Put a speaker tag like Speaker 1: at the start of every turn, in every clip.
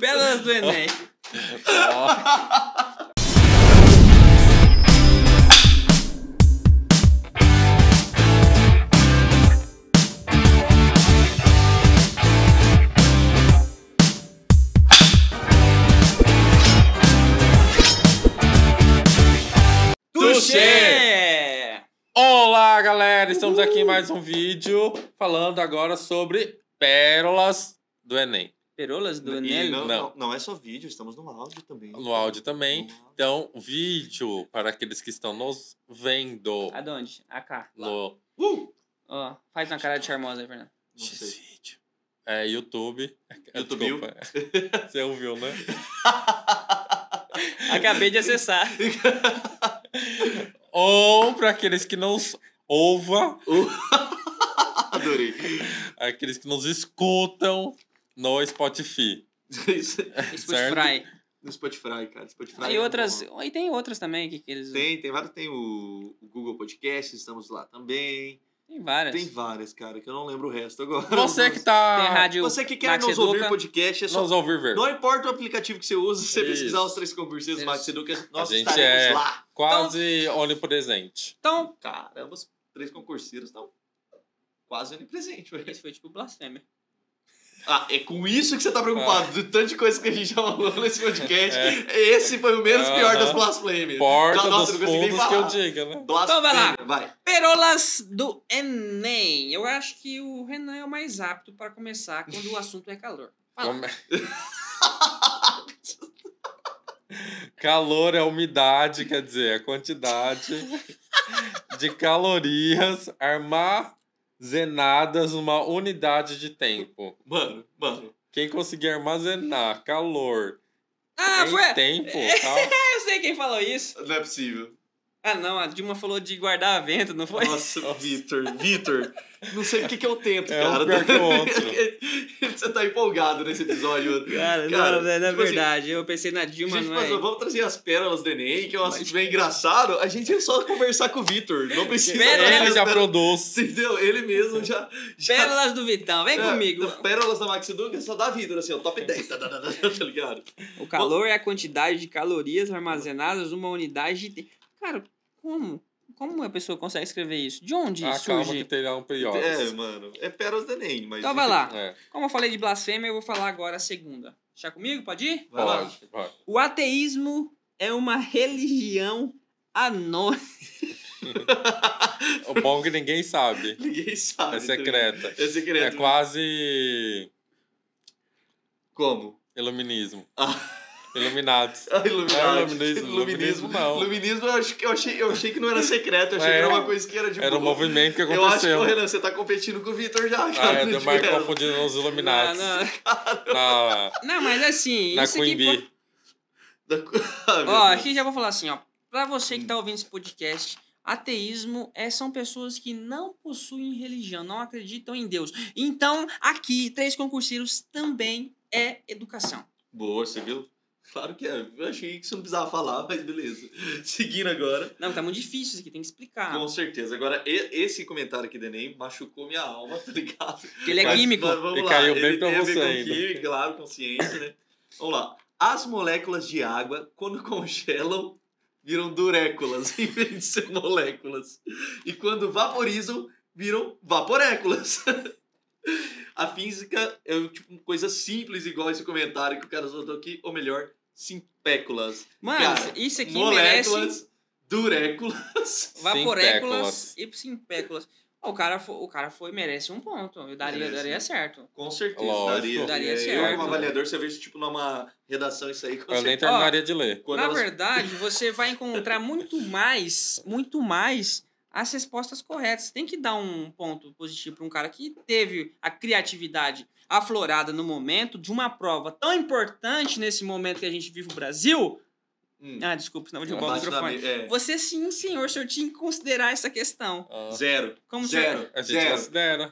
Speaker 1: Pérolas do Enem. Tuxê!
Speaker 2: Olá, galera! Estamos aqui em mais um vídeo falando agora sobre pérolas do Enem.
Speaker 1: Perolas do
Speaker 3: E
Speaker 1: Enem.
Speaker 2: Não.
Speaker 3: não, não, não é só vídeo, estamos no áudio também.
Speaker 2: No áudio também.
Speaker 3: No áudio.
Speaker 2: Então, vídeo para aqueles que estão nos vendo
Speaker 1: Aonde? AK.
Speaker 2: no
Speaker 3: Uh!
Speaker 1: Ó, faz uma cara de charmosa aí, Fernando.
Speaker 3: Não sei.
Speaker 2: X-Vídeo. É, YouTube.
Speaker 3: YouTube.
Speaker 2: Desculpa. Você ouviu, né?
Speaker 1: Acabei de acessar.
Speaker 2: Ou para aqueles que nos ouvam,
Speaker 3: Adorei.
Speaker 2: aqueles que nos escutam no Spotify.
Speaker 3: Isso-
Speaker 1: Spotify.
Speaker 3: no Spotify, cara. Spotify.
Speaker 1: E
Speaker 3: é
Speaker 1: outras.
Speaker 3: bom.
Speaker 1: E tem outras também que, que eles.
Speaker 3: Tem, tem vários. Tem o, o Google Podcast, estamos lá também.
Speaker 1: Tem várias.
Speaker 3: Tem várias, cara, que eu não lembro o resto agora.
Speaker 2: Você que
Speaker 1: Tem
Speaker 2: tá
Speaker 1: rádio.
Speaker 3: Você que quer
Speaker 1: Max
Speaker 3: nos
Speaker 1: Educa.
Speaker 3: ouvir podcast, é só.
Speaker 2: nos ouvir ver.
Speaker 3: Não importa o aplicativo que você usa, se você
Speaker 2: Isso.
Speaker 3: pesquisar os três concurseiros
Speaker 1: Isso.
Speaker 3: Max Educa, nós
Speaker 2: A gente
Speaker 3: estaremos
Speaker 2: é-
Speaker 3: lá.
Speaker 2: Quase
Speaker 3: então,
Speaker 2: onipresente.
Speaker 1: Então,
Speaker 3: Caramba, os três concurseiros estão quase onipresente, velho.
Speaker 1: isso foi tipo blasfêmia.
Speaker 3: Ah, é com isso que você tá preocupado, de tanta coisa que a gente já falou nesse podcast. Esse foi o menos
Speaker 2: Aham.
Speaker 3: pior das blasfêmias.
Speaker 2: Porta
Speaker 3: Não, então, nossa,
Speaker 2: dos
Speaker 3: não consegui nem
Speaker 2: fundos que eu
Speaker 3: falar.
Speaker 2: diga, né?
Speaker 1: Então vai lá.
Speaker 3: Blasfêmia, vai.
Speaker 1: Perolas do Enem. Eu acho que o Renan é o mais apto para começar quando o assunto é calor. Fala.
Speaker 2: Come- Calor é umidade, quer dizer, a quantidade de calorias armazenadas numa unidade de tempo.
Speaker 3: Mano, mano.
Speaker 2: Quem conseguir armazenar calor
Speaker 1: Ah,
Speaker 2: em
Speaker 1: foi.
Speaker 2: tempo, tá?
Speaker 1: Eu sei quem falou isso.
Speaker 3: Não é possível.
Speaker 1: Ah, não. A Dilma falou de guardar vento, não foi?
Speaker 3: Nossa, Vitor, Vitor. Não sei o que que é o tempo,
Speaker 2: É um
Speaker 3: cara.
Speaker 2: pior que o outro.
Speaker 3: você tá empolgado nesse episódio.
Speaker 1: Cara, não, é na
Speaker 3: tipo assim,
Speaker 1: verdade, eu pensei na Dilma,
Speaker 3: gente,
Speaker 1: não
Speaker 3: mas
Speaker 1: é?
Speaker 3: vamos trazer as pérolas do Enem, que é um assunto bem engraçado. A gente é só conversar com o Vitor. Não precisa.
Speaker 1: Pérolas
Speaker 2: Ele já
Speaker 3: Pérolas-
Speaker 2: produz.
Speaker 3: Entendeu? Ele mesmo já. já
Speaker 1: Pérolas do Vitão, vem
Speaker 3: É,
Speaker 1: comigo.
Speaker 3: Pérolas da Max Educa só dá vida, assim, ó, top 10, tá, tá, tá, tá, tá ligado?
Speaker 1: O calor é a quantidade de calorias armazenadas numa unidade de tempo. Cara, como? Como a pessoa consegue escrever isso? De onde
Speaker 2: Ah, calma que
Speaker 1: surge?
Speaker 2: terá um
Speaker 3: É,
Speaker 2: periódico.
Speaker 3: mano, é Pérolas do Enem, mas...
Speaker 1: Então vai lá.
Speaker 2: É,
Speaker 1: Como eu falei de blasfêmia, eu vou falar agora a segunda. Deixa comigo? Pode ir?
Speaker 3: Vai lá.
Speaker 2: pode, pode.
Speaker 1: O ateísmo é uma religião anônima.
Speaker 2: O bom é que ninguém sabe.
Speaker 3: Ninguém sabe.
Speaker 2: É
Speaker 3: tá ligado?
Speaker 2: secreta.
Speaker 3: É
Speaker 2: É
Speaker 3: secreto.
Speaker 2: quase
Speaker 3: Como?
Speaker 2: iluminismo.
Speaker 3: Ah,
Speaker 2: Iluminados.
Speaker 3: iluminismo.
Speaker 2: É, iluminismo, iluminismo não.
Speaker 3: Iluminismo, eu, acho que- eu achei, eu achei que não era secreto, eu achei
Speaker 2: É.
Speaker 3: que era uma coisa que era de
Speaker 2: Era um
Speaker 3: boa.
Speaker 2: movimento que
Speaker 3: Tipo, Eu acho que,
Speaker 2: aconteceu.
Speaker 3: ô, Renan, você tá competindo com o Vitor já,
Speaker 2: Ah,
Speaker 3: cara.
Speaker 2: é,
Speaker 3: no
Speaker 2: deu mais
Speaker 3: duelo.
Speaker 2: confundido nos
Speaker 1: Não,
Speaker 2: Illuminati.
Speaker 1: não,
Speaker 2: Na,
Speaker 1: não, mas assim,
Speaker 2: na
Speaker 1: isso
Speaker 2: Queen
Speaker 1: aqui. pô-
Speaker 2: Bee.
Speaker 3: Da- Ah, meu
Speaker 1: Ó,
Speaker 3: Deus.
Speaker 1: aqui já vou falar assim, ó. Pra você que tá ouvindo esse podcast, ateísmo é, são pessoas que não possuem religião, não acreditam em Deus. Então, aqui, três concurseiros também é educação.
Speaker 3: Boa, você viu? Claro que é. Eu achei que você não precisava falar, mas beleza. Seguindo agora.
Speaker 1: Não, tá muito difícil isso aqui, tem que explicar.
Speaker 3: Com certeza. Agora, e- esse comentário aqui do Enem machucou minha alma, tá ligado?
Speaker 1: Porque ele é
Speaker 2: Mas-
Speaker 1: químico.
Speaker 3: Mas vamos
Speaker 2: E
Speaker 3: lá.
Speaker 2: caiu bem
Speaker 3: Ele
Speaker 2: pra
Speaker 3: tem a ver
Speaker 2: você
Speaker 3: com
Speaker 2: ainda.
Speaker 3: química, claro, com ciência, né? Vamos lá. As moléculas de água, quando congelam, viram duréculas em vez de ser moléculas. E quando vaporizam, viram vaporéculas. A física é um tipo uma coisa simples, igual esse comentário que o cara soltou aqui, ou melhor, simpéculas.
Speaker 1: Mano,
Speaker 3: Cara,
Speaker 1: isso aqui merece
Speaker 3: moléculas, duréculas.
Speaker 1: vaporéculas e simpéculas. Ó, O cara, foi, o cara foi, merece um ponto. Eu daria,
Speaker 3: Merece.
Speaker 1: daria certo.
Speaker 3: Com certeza,
Speaker 2: Lógico.
Speaker 3: daria.
Speaker 1: Daria
Speaker 3: É, Eu,
Speaker 1: certo.
Speaker 3: como avaliador, se eu vejo tipo numa redação isso aí, com
Speaker 2: Eu nem
Speaker 3: certeza.
Speaker 2: terminaria de ler.
Speaker 3: Quando
Speaker 1: Na
Speaker 3: elas-
Speaker 1: verdade, você vai encontrar muito mais, muito mais as respostas corretas. Tem que dar um ponto positivo para um cara que teve a criatividade aflorada no momento de uma prova tão importante nesse momento que a gente vive o Brasil.
Speaker 3: Hum,
Speaker 1: Ah, desculpa, senão eu vou derrubar o
Speaker 3: bate na
Speaker 1: microfone.
Speaker 3: me- é.
Speaker 1: Você sim, senhor, o senhor tinha que considerar essa questão.
Speaker 2: Ah,
Speaker 3: Zero.
Speaker 1: Como se-
Speaker 3: zero.
Speaker 2: a gente
Speaker 3: Zero.
Speaker 2: considera.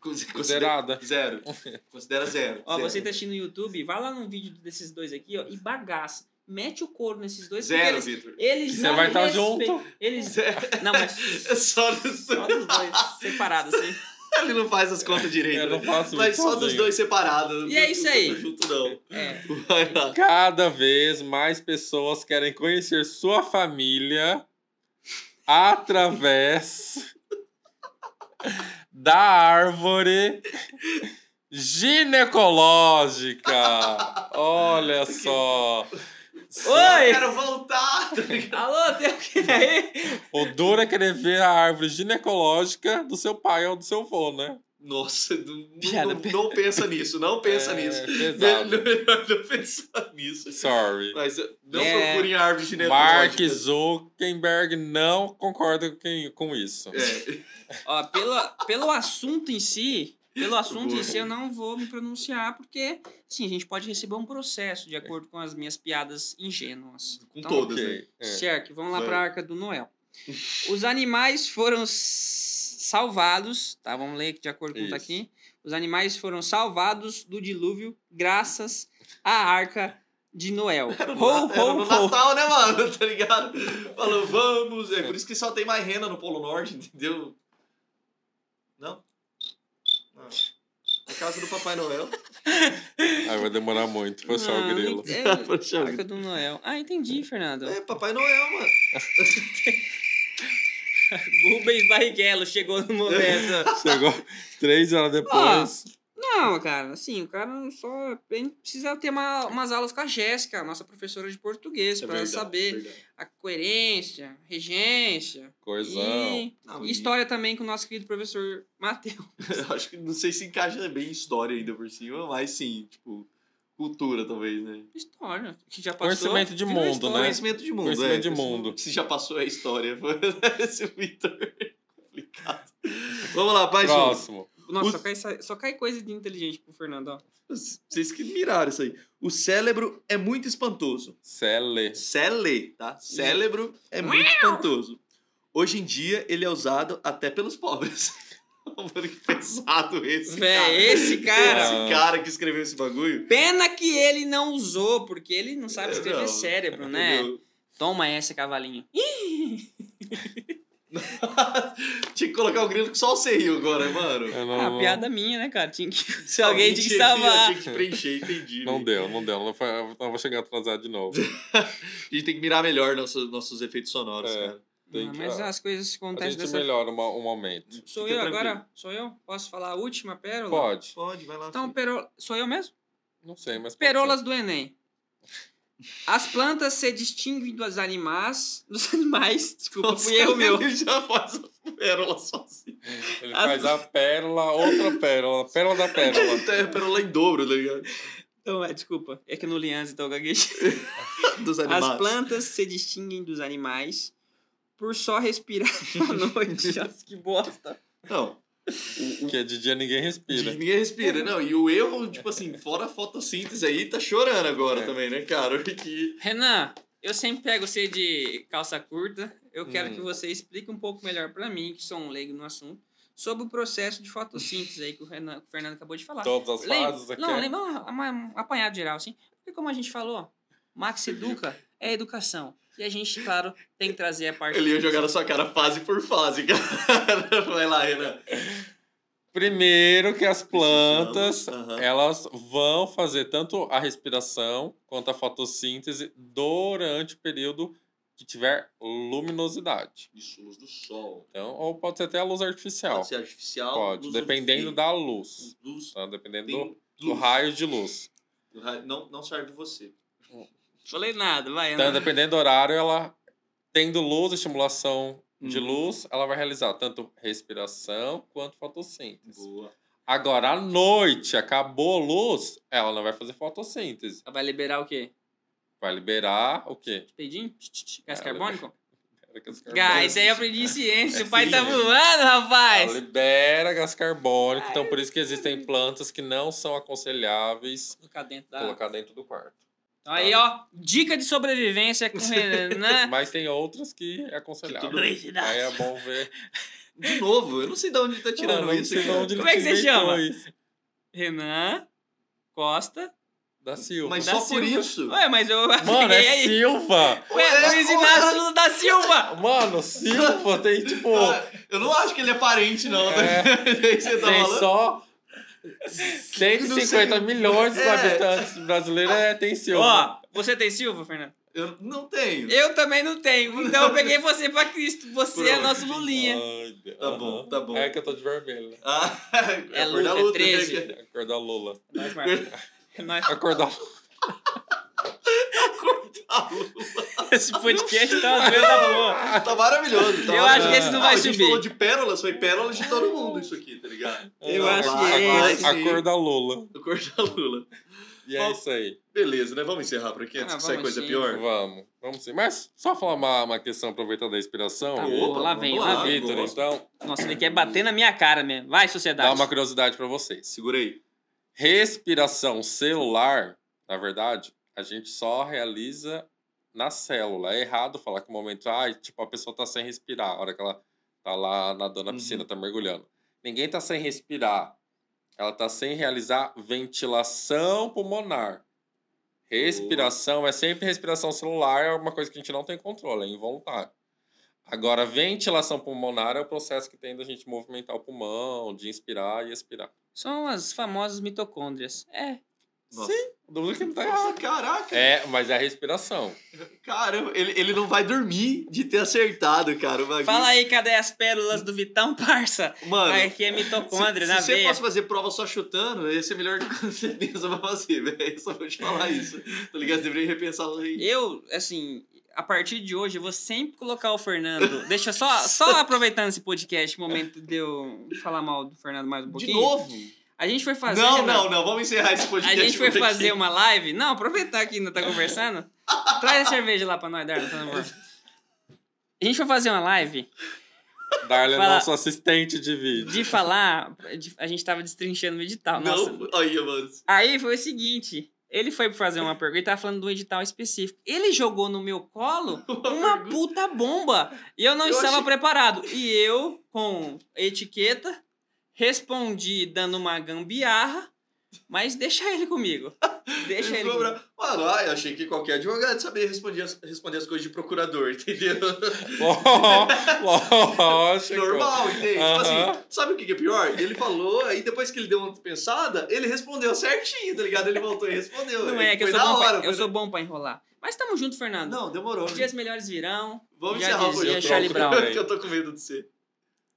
Speaker 3: Considera-
Speaker 2: Considerada.
Speaker 3: Zero. Considera zero.
Speaker 1: Ó,
Speaker 3: Zero.
Speaker 1: você que tá assistindo no YouTube, vai lá no vídeo desses dois aqui, ó, e bagaça. Mete o couro nesses dois, porque
Speaker 3: Zero,
Speaker 1: eles,
Speaker 3: Vitor.
Speaker 1: eles
Speaker 2: Você
Speaker 1: não
Speaker 2: vai estar
Speaker 1: respeitam-
Speaker 2: junto.
Speaker 1: Eles...
Speaker 3: Zero.
Speaker 1: Não, mas
Speaker 3: É só
Speaker 1: Só dos dois separados, assim.
Speaker 3: Ele não faz as contas direito.
Speaker 2: É, Eu não
Speaker 3: né?
Speaker 2: faço
Speaker 3: Mas
Speaker 2: isso
Speaker 3: só dos
Speaker 2: sozinho.
Speaker 3: dois separados.
Speaker 1: E é isso aí.
Speaker 3: Junto não.
Speaker 1: É.
Speaker 3: Vai lá.
Speaker 2: Cada vez mais pessoas querem conhecer sua família através da árvore ginecológica. Olha só.
Speaker 1: Oi!
Speaker 3: Quero voltar. tá ligado?
Speaker 1: Alô, tem alguém aí?
Speaker 2: O duro é querer ver a árvore ginecológica do seu pai ou do seu avô, né?
Speaker 3: Nossa, não,
Speaker 1: Piada,
Speaker 3: não, não pensa nisso, não pensa
Speaker 2: É,
Speaker 3: nisso. Melhor
Speaker 2: Pesado.
Speaker 3: não, pensar nisso.
Speaker 2: Sorry.
Speaker 3: Mas eh, não
Speaker 1: É.
Speaker 3: procurem árvore ginecológica.
Speaker 2: Mark Zuckerberg não concorda com- com isso.
Speaker 3: É.
Speaker 1: Ó, pelo, pelo assunto em si, pelo assunto em si, eu não vou me pronunciar, porque, sim, a gente pode receber um processo, de acordo com as minhas piadas ingênuas.
Speaker 3: Com
Speaker 1: Então,
Speaker 3: todas, né?
Speaker 2: Ok. É.
Speaker 1: Certo, vamos lá
Speaker 3: Vai.
Speaker 1: para a Arca do Noel. Os animais foram s- salvados, tá? Vamos ler de acordo com o que tá
Speaker 2: Isso.
Speaker 1: aqui. Os animais foram salvados do dilúvio graças à Arca de Noel.
Speaker 3: Era no,
Speaker 1: Ho,
Speaker 3: Na- era no
Speaker 1: ho, ho.
Speaker 3: Natal, né, mano? Tá ligado? Falou, vamos. É por isso que só tem mais renda no Polo Norte, entendeu? Não? Não. A casa do Papai Noel.
Speaker 2: Ai, vai demorar muito pra achar
Speaker 1: Não,
Speaker 2: o grilo.
Speaker 1: ent- é,
Speaker 3: Puxa
Speaker 1: Arca do Noel. Ah, entendi, Fernando.
Speaker 3: É, Papai Noel, mano.
Speaker 1: Rubens Barrichello chegou no momento.
Speaker 2: Chegou três horas depois.
Speaker 1: Não, cara, assim, o cara não só. Ele precisa ter uma- umas aulas com a Jéssica, nossa professora de português,
Speaker 3: É
Speaker 1: para
Speaker 3: verdade,
Speaker 1: saber
Speaker 3: verdade.
Speaker 1: a coerência, regência.
Speaker 2: Coisão.
Speaker 1: E
Speaker 3: Não, e-
Speaker 1: história também com o nosso querido professor Matheus.
Speaker 3: Eu acho que não sei se encaixa bem em história ainda por cima, mas sim, tipo, cultura talvez, né?
Speaker 1: História, que já passou.
Speaker 2: Conhecimento de
Speaker 1: virou
Speaker 2: mundo,
Speaker 1: história.
Speaker 2: né?
Speaker 3: Conhecimento de mundo,
Speaker 2: Conhecimento
Speaker 3: é.
Speaker 2: de mundo.
Speaker 3: Se já passou a história, foi esse Victor. é Complicado. Vamos lá, mais um.
Speaker 2: Próximo.
Speaker 1: Nossa,
Speaker 3: Os-
Speaker 1: só, cai, sa- só cai coisa de inteligente pro Fernando, ó.
Speaker 3: Vocês que miraram isso aí. O cérebro é muito espantoso.
Speaker 2: Cele.
Speaker 3: Cele, tá? Cérebro é muito espantoso. Hoje em dia, ele é usado até pelos pobres. Mano, que pesado esse
Speaker 1: Véi,
Speaker 3: cara.
Speaker 1: esse cara.
Speaker 3: Esse cara que escreveu esse bagulho.
Speaker 1: Pena que ele não usou, porque ele não sabe escrever
Speaker 3: Não,
Speaker 1: cérebro, né?
Speaker 3: entendeu?
Speaker 1: Toma essa, cavalinho. Ih!
Speaker 3: Tinha que colocar o grilo que só você riu agora, mano.
Speaker 2: Eu não,
Speaker 1: Ah,
Speaker 2: não-
Speaker 1: piada minha, né, cara? Tinha que... Se alguém tinha que
Speaker 3: Tinha
Speaker 1: salvar.
Speaker 3: Tinha que preencher, entendi.
Speaker 2: não
Speaker 3: né?
Speaker 2: deu, não deu. Não, foi, eu vou chegar atrasado de novo.
Speaker 3: A gente tem que mirar melhor nossos, nossos efeitos sonoros,
Speaker 2: É.
Speaker 3: cara.
Speaker 2: Tem
Speaker 1: Ah,
Speaker 2: que-
Speaker 1: mas as coisas
Speaker 2: A gente
Speaker 1: acontecem dessa...
Speaker 2: melhora uma- um momento.
Speaker 1: Sou
Speaker 3: Fica
Speaker 1: eu agora?
Speaker 3: tranquilo.
Speaker 1: Sou eu? Posso falar a última pérola?
Speaker 2: Pode.
Speaker 3: Pode, vai lá.
Speaker 1: Então,
Speaker 3: filho.
Speaker 1: perola... Sou eu mesmo?
Speaker 2: Não sei, mas. pode
Speaker 1: Perolas do Enem. As plantas se distinguem dos animais... Dos animais, desculpa,
Speaker 3: Nossa,
Speaker 1: fui um erro meu.
Speaker 3: Ele já faz a pérola sozinho.
Speaker 2: ser. Hum, Ele faz a pérola, outra pérola. Pérola da pérola.
Speaker 3: Então, é a pérola em dobro, tá ligado?
Speaker 1: Então, é, desculpa. É que eu não li antes, então eu gaguejei.
Speaker 3: Dos animais.
Speaker 1: As plantas se distinguem dos animais por só respirar à noite. Nossa, que bosta.
Speaker 3: Não.
Speaker 2: Porque de dia ninguém respira.
Speaker 3: Ninguém respira, não. E o erro, tipo assim, fora a fotossíntese aí, tá chorando agora
Speaker 2: É.
Speaker 3: também, né, cara? Porque...
Speaker 1: Renan, eu sempre pego você de calça curta. Eu quero
Speaker 2: Hum.
Speaker 1: que você explique um pouco melhor pra mim, que sou um leigo no assunto, sobre o processo de fotossíntese aí que o, Renan, que o Fernando acabou de falar.
Speaker 2: Todas as
Speaker 1: Lembra-
Speaker 2: fases aqui. é.
Speaker 1: não, lembra uma- um apanhado geral, assim. Porque como a gente falou, Max Educa é educação. E a gente, claro, tem que trazer a parte...
Speaker 3: Ele ia jogar na sua cara fase por fase, cara. Vai lá, Renan.
Speaker 2: Primeiro que as
Speaker 3: é
Speaker 2: plantas,
Speaker 3: Precisamos, aham.
Speaker 2: elas vão fazer tanto a respiração quanto a fotossíntese durante o período que tiver luminosidade.
Speaker 3: Isso, luz do sol.
Speaker 2: Então, ou pode ser até a luz artificial.
Speaker 3: Pode ser artificial.
Speaker 2: Pode,
Speaker 3: luz
Speaker 2: dependendo
Speaker 3: UV,
Speaker 2: da luz.
Speaker 3: Luz
Speaker 2: tá? Dependendo
Speaker 3: tem
Speaker 2: do,
Speaker 3: luz.
Speaker 2: do raio de luz.
Speaker 3: Do raio- Não, não serve você.
Speaker 1: Falei nada, vai,
Speaker 2: Então,
Speaker 1: Renan.
Speaker 2: dependendo do horário, ela tendo luz, estimulação de
Speaker 3: Hum.
Speaker 2: luz, ela vai realizar tanto respiração quanto fotossíntese.
Speaker 3: Boa.
Speaker 2: Agora, à noite, acabou a luz, ela não vai fazer fotossíntese.
Speaker 1: Vai liberar o quê?
Speaker 2: Vai liberar o quê?
Speaker 1: Peidinho? Gás
Speaker 2: É,
Speaker 1: carbônico?
Speaker 2: Libera gás
Speaker 1: Gás,
Speaker 2: carbônico.
Speaker 1: aí eu aprendi ciência.
Speaker 2: É
Speaker 1: o pai tá
Speaker 2: ciência.
Speaker 1: voando, rapaz.
Speaker 2: Ela Ah, libera gás carbônico, então por isso que existem plantas que não são aconselháveis
Speaker 1: Colocar dentro
Speaker 3: Tá.
Speaker 1: da...
Speaker 2: colocar dentro do quarto.
Speaker 1: Então aí, ó. Dica de sobrevivência com Renan.
Speaker 2: Mas tem outras que é aconselhável.
Speaker 3: Ah. tudo-
Speaker 2: Aí é bom ver.
Speaker 3: De novo, eu não sei de onde tá tirando
Speaker 2: Não, não
Speaker 3: isso.
Speaker 2: sei de
Speaker 3: cara.
Speaker 2: onde ele
Speaker 1: Como é que você
Speaker 2: inventou
Speaker 1: chama?
Speaker 2: isso.
Speaker 1: Renan Costa
Speaker 2: da Silva.
Speaker 3: Mas
Speaker 1: Da
Speaker 3: só por
Speaker 1: Silva.
Speaker 3: isso. é
Speaker 1: Ué, mas eu
Speaker 2: Mano,
Speaker 1: peguei
Speaker 2: é
Speaker 1: aí.
Speaker 2: Silva!
Speaker 1: Ué, Luiz Inácio Lula da Silva!
Speaker 2: Mano, Silva tem tipo.
Speaker 3: Eu não acho que ele é parente, não.
Speaker 2: É.
Speaker 3: Aí você tá
Speaker 2: tem
Speaker 3: falando.
Speaker 2: só 150 milhões de
Speaker 3: É.
Speaker 2: habitantes brasileiros. É, tem Silva.
Speaker 1: Ó, você tem Silva, Fernando?
Speaker 3: Eu não tenho.
Speaker 1: Eu também não tenho, então eu peguei você pra Cristo. Você é
Speaker 3: Pronto,
Speaker 1: nosso Lulinha.
Speaker 2: Ai, Deus.
Speaker 3: Tá bom, tá bom.
Speaker 2: É que eu tô de vermelho.
Speaker 3: Ah,
Speaker 1: É
Speaker 3: a cor da
Speaker 1: luta, é 13.
Speaker 3: né, que
Speaker 2: Acordar Lula.
Speaker 1: Nós, Marcos. É nóis.
Speaker 2: Acordar
Speaker 3: é a luta.
Speaker 1: Esse podcast tá uma coisa boa.
Speaker 3: Tá maravilhoso. tá
Speaker 1: Eu acho que esse
Speaker 3: maravilhoso.
Speaker 1: não vai
Speaker 3: a gente
Speaker 1: subir.
Speaker 3: falou de pérolas, foi pérolas de todo mundo isso aqui, tá ligado?
Speaker 1: Eu
Speaker 3: Ah,
Speaker 1: acho que
Speaker 3: vai,
Speaker 1: é
Speaker 3: vai
Speaker 1: esse.
Speaker 3: sim.
Speaker 2: Acordar Lula.
Speaker 3: A cor da Lula.
Speaker 2: E é
Speaker 3: Bom,
Speaker 2: isso aí.
Speaker 3: Beleza, né? Vamos encerrar por aqui antes
Speaker 1: Ah,
Speaker 3: que saia
Speaker 1: vamos
Speaker 3: coisa
Speaker 1: sim.
Speaker 3: pior.
Speaker 2: Vamos. Vamos sim. Mas só falar uma, uma questão aproveitando a inspiração.
Speaker 1: Tá
Speaker 2: Ô,
Speaker 1: bom, lá vem,
Speaker 3: vamos
Speaker 1: lá
Speaker 3: lá,
Speaker 1: vem.
Speaker 2: Vitor,
Speaker 3: gosto.
Speaker 2: então,
Speaker 1: Nossa, ele quer bater na minha cara mesmo. Vai,
Speaker 2: dá
Speaker 1: sociedade.
Speaker 2: uma curiosidade pra vocês.
Speaker 3: Segura aí.
Speaker 2: Respiração celular, na verdade, a gente só realiza na célula. É errado falar que o momento, ah, tipo, a pessoa tá sem respirar, a hora que ela tá lá nadando na
Speaker 3: Uhum.
Speaker 2: piscina, tá mergulhando. Ninguém tá sem respirar. Ela tá sem realizar ventilação pulmonar. Respiração é sempre respiração celular, é uma coisa que a gente não tem controle, é involuntário. Agora, ventilação pulmonar é o processo que tem da gente movimentar o pulmão, de inspirar e expirar.
Speaker 1: São as famosas mitocôndrias. É,
Speaker 3: Nossa.
Speaker 2: Sim, dúvida que não tá errado.
Speaker 3: Nossa, caraca.
Speaker 2: É, mas é a respiração.
Speaker 3: Caramba, ele, ele não vai dormir de ter acertado, cara. o bagulho.
Speaker 1: Fala aí, cadê as pérolas do Vitão, parça?
Speaker 3: Mano,
Speaker 1: Aí Aqui é mitocôndria,
Speaker 3: se,
Speaker 1: na
Speaker 3: se você
Speaker 1: veia.
Speaker 3: fosse fazer prova só chutando, ia ser melhor do que com certeza pra você, velho. Eu só vou te
Speaker 1: É.
Speaker 3: falar isso. Tá ligado? Você deveria repensar isso aí.
Speaker 1: Eu, assim, a partir de hoje, eu vou sempre colocar o Fernando. Deixa eu só, só aproveitando esse podcast, momento de eu falar mal do Fernando mais um
Speaker 3: De
Speaker 1: pouquinho.
Speaker 3: novo?
Speaker 1: A gente foi fazer.
Speaker 3: não,
Speaker 1: Renan,
Speaker 3: não, não. Vamos encerrar esse
Speaker 1: A
Speaker 3: podcast.
Speaker 1: gente foi
Speaker 3: por aqui.
Speaker 1: fazer uma live. Não, aproveitar que ainda tá conversando. Traz a cerveja lá pra nós, Darla, por favor. A gente foi fazer uma live
Speaker 2: Darla é
Speaker 1: Fala.
Speaker 2: nosso assistente de vídeo.
Speaker 1: de falar. de- a gente tava destrinchando o edital. Nossa,
Speaker 3: Não, aí, mano.
Speaker 1: Aí foi o seguinte: ele foi fazer uma pergunta e tava falando de um edital específico. Ele jogou no meu colo uma
Speaker 3: pergunta.
Speaker 1: puta bomba e eu não
Speaker 3: Eu
Speaker 1: estava
Speaker 3: achei-
Speaker 1: preparado. E eu, com etiqueta, respondi dando uma gambiarra, mas deixa ele comigo. Deixa ele. comigo.
Speaker 3: Mano, ah, eu achei que qualquer advogado sabia responder as, responder as coisas de procurador, entendeu?
Speaker 2: Lógico.
Speaker 3: Normal, entende? Tipo
Speaker 2: Aham.
Speaker 3: assim, sabe o que que é pior? Ele falou, aí depois que ele deu uma pensada, ele respondeu certinho, tá ligado? Ele voltou e respondeu.
Speaker 1: Não é que eu
Speaker 3: foi
Speaker 1: sou,
Speaker 3: da
Speaker 1: bom
Speaker 3: hora.
Speaker 1: pra, eu
Speaker 3: foi
Speaker 1: sou bom pra enrolar. Mas tamo junto,
Speaker 3: da-
Speaker 1: Fernando.
Speaker 3: Não, demorou.
Speaker 1: Os dias melhores virão.
Speaker 3: Vamos
Speaker 1: Já
Speaker 3: encerrar o
Speaker 1: dizia
Speaker 3: podcast.
Speaker 1: Charlie
Speaker 2: Brown.
Speaker 3: que eu tô com medo de ser.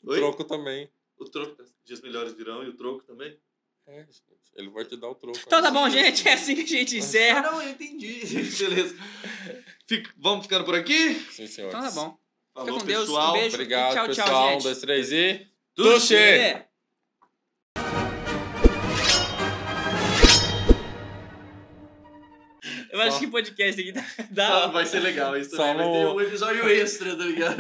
Speaker 3: Oi?
Speaker 2: Troco também.
Speaker 3: O troco. Dias melhores virão e o troco também?
Speaker 2: É, gente, ele vai te dar o troco.
Speaker 1: Então tá bom, gente. É assim que a gente
Speaker 3: Ah,
Speaker 1: encerra.
Speaker 3: não, eu entendi. Beleza. Fica- Vamos ficando por aqui?
Speaker 2: Sim, senhores.
Speaker 1: Então tá bom.
Speaker 3: Falou,
Speaker 1: com Deus, um
Speaker 3: pessoal.
Speaker 1: beijo.
Speaker 2: Obrigado,
Speaker 1: Tchau, tchau,
Speaker 2: pessoal. um,
Speaker 1: gente.
Speaker 2: dois, três e...
Speaker 1: Tuxê! Eu acho que podcast tem que dar- dar
Speaker 3: Ah, vai ser legal isso
Speaker 2: Só
Speaker 3: também. Vai ter
Speaker 2: no-
Speaker 3: um episódio extra, tá ligado?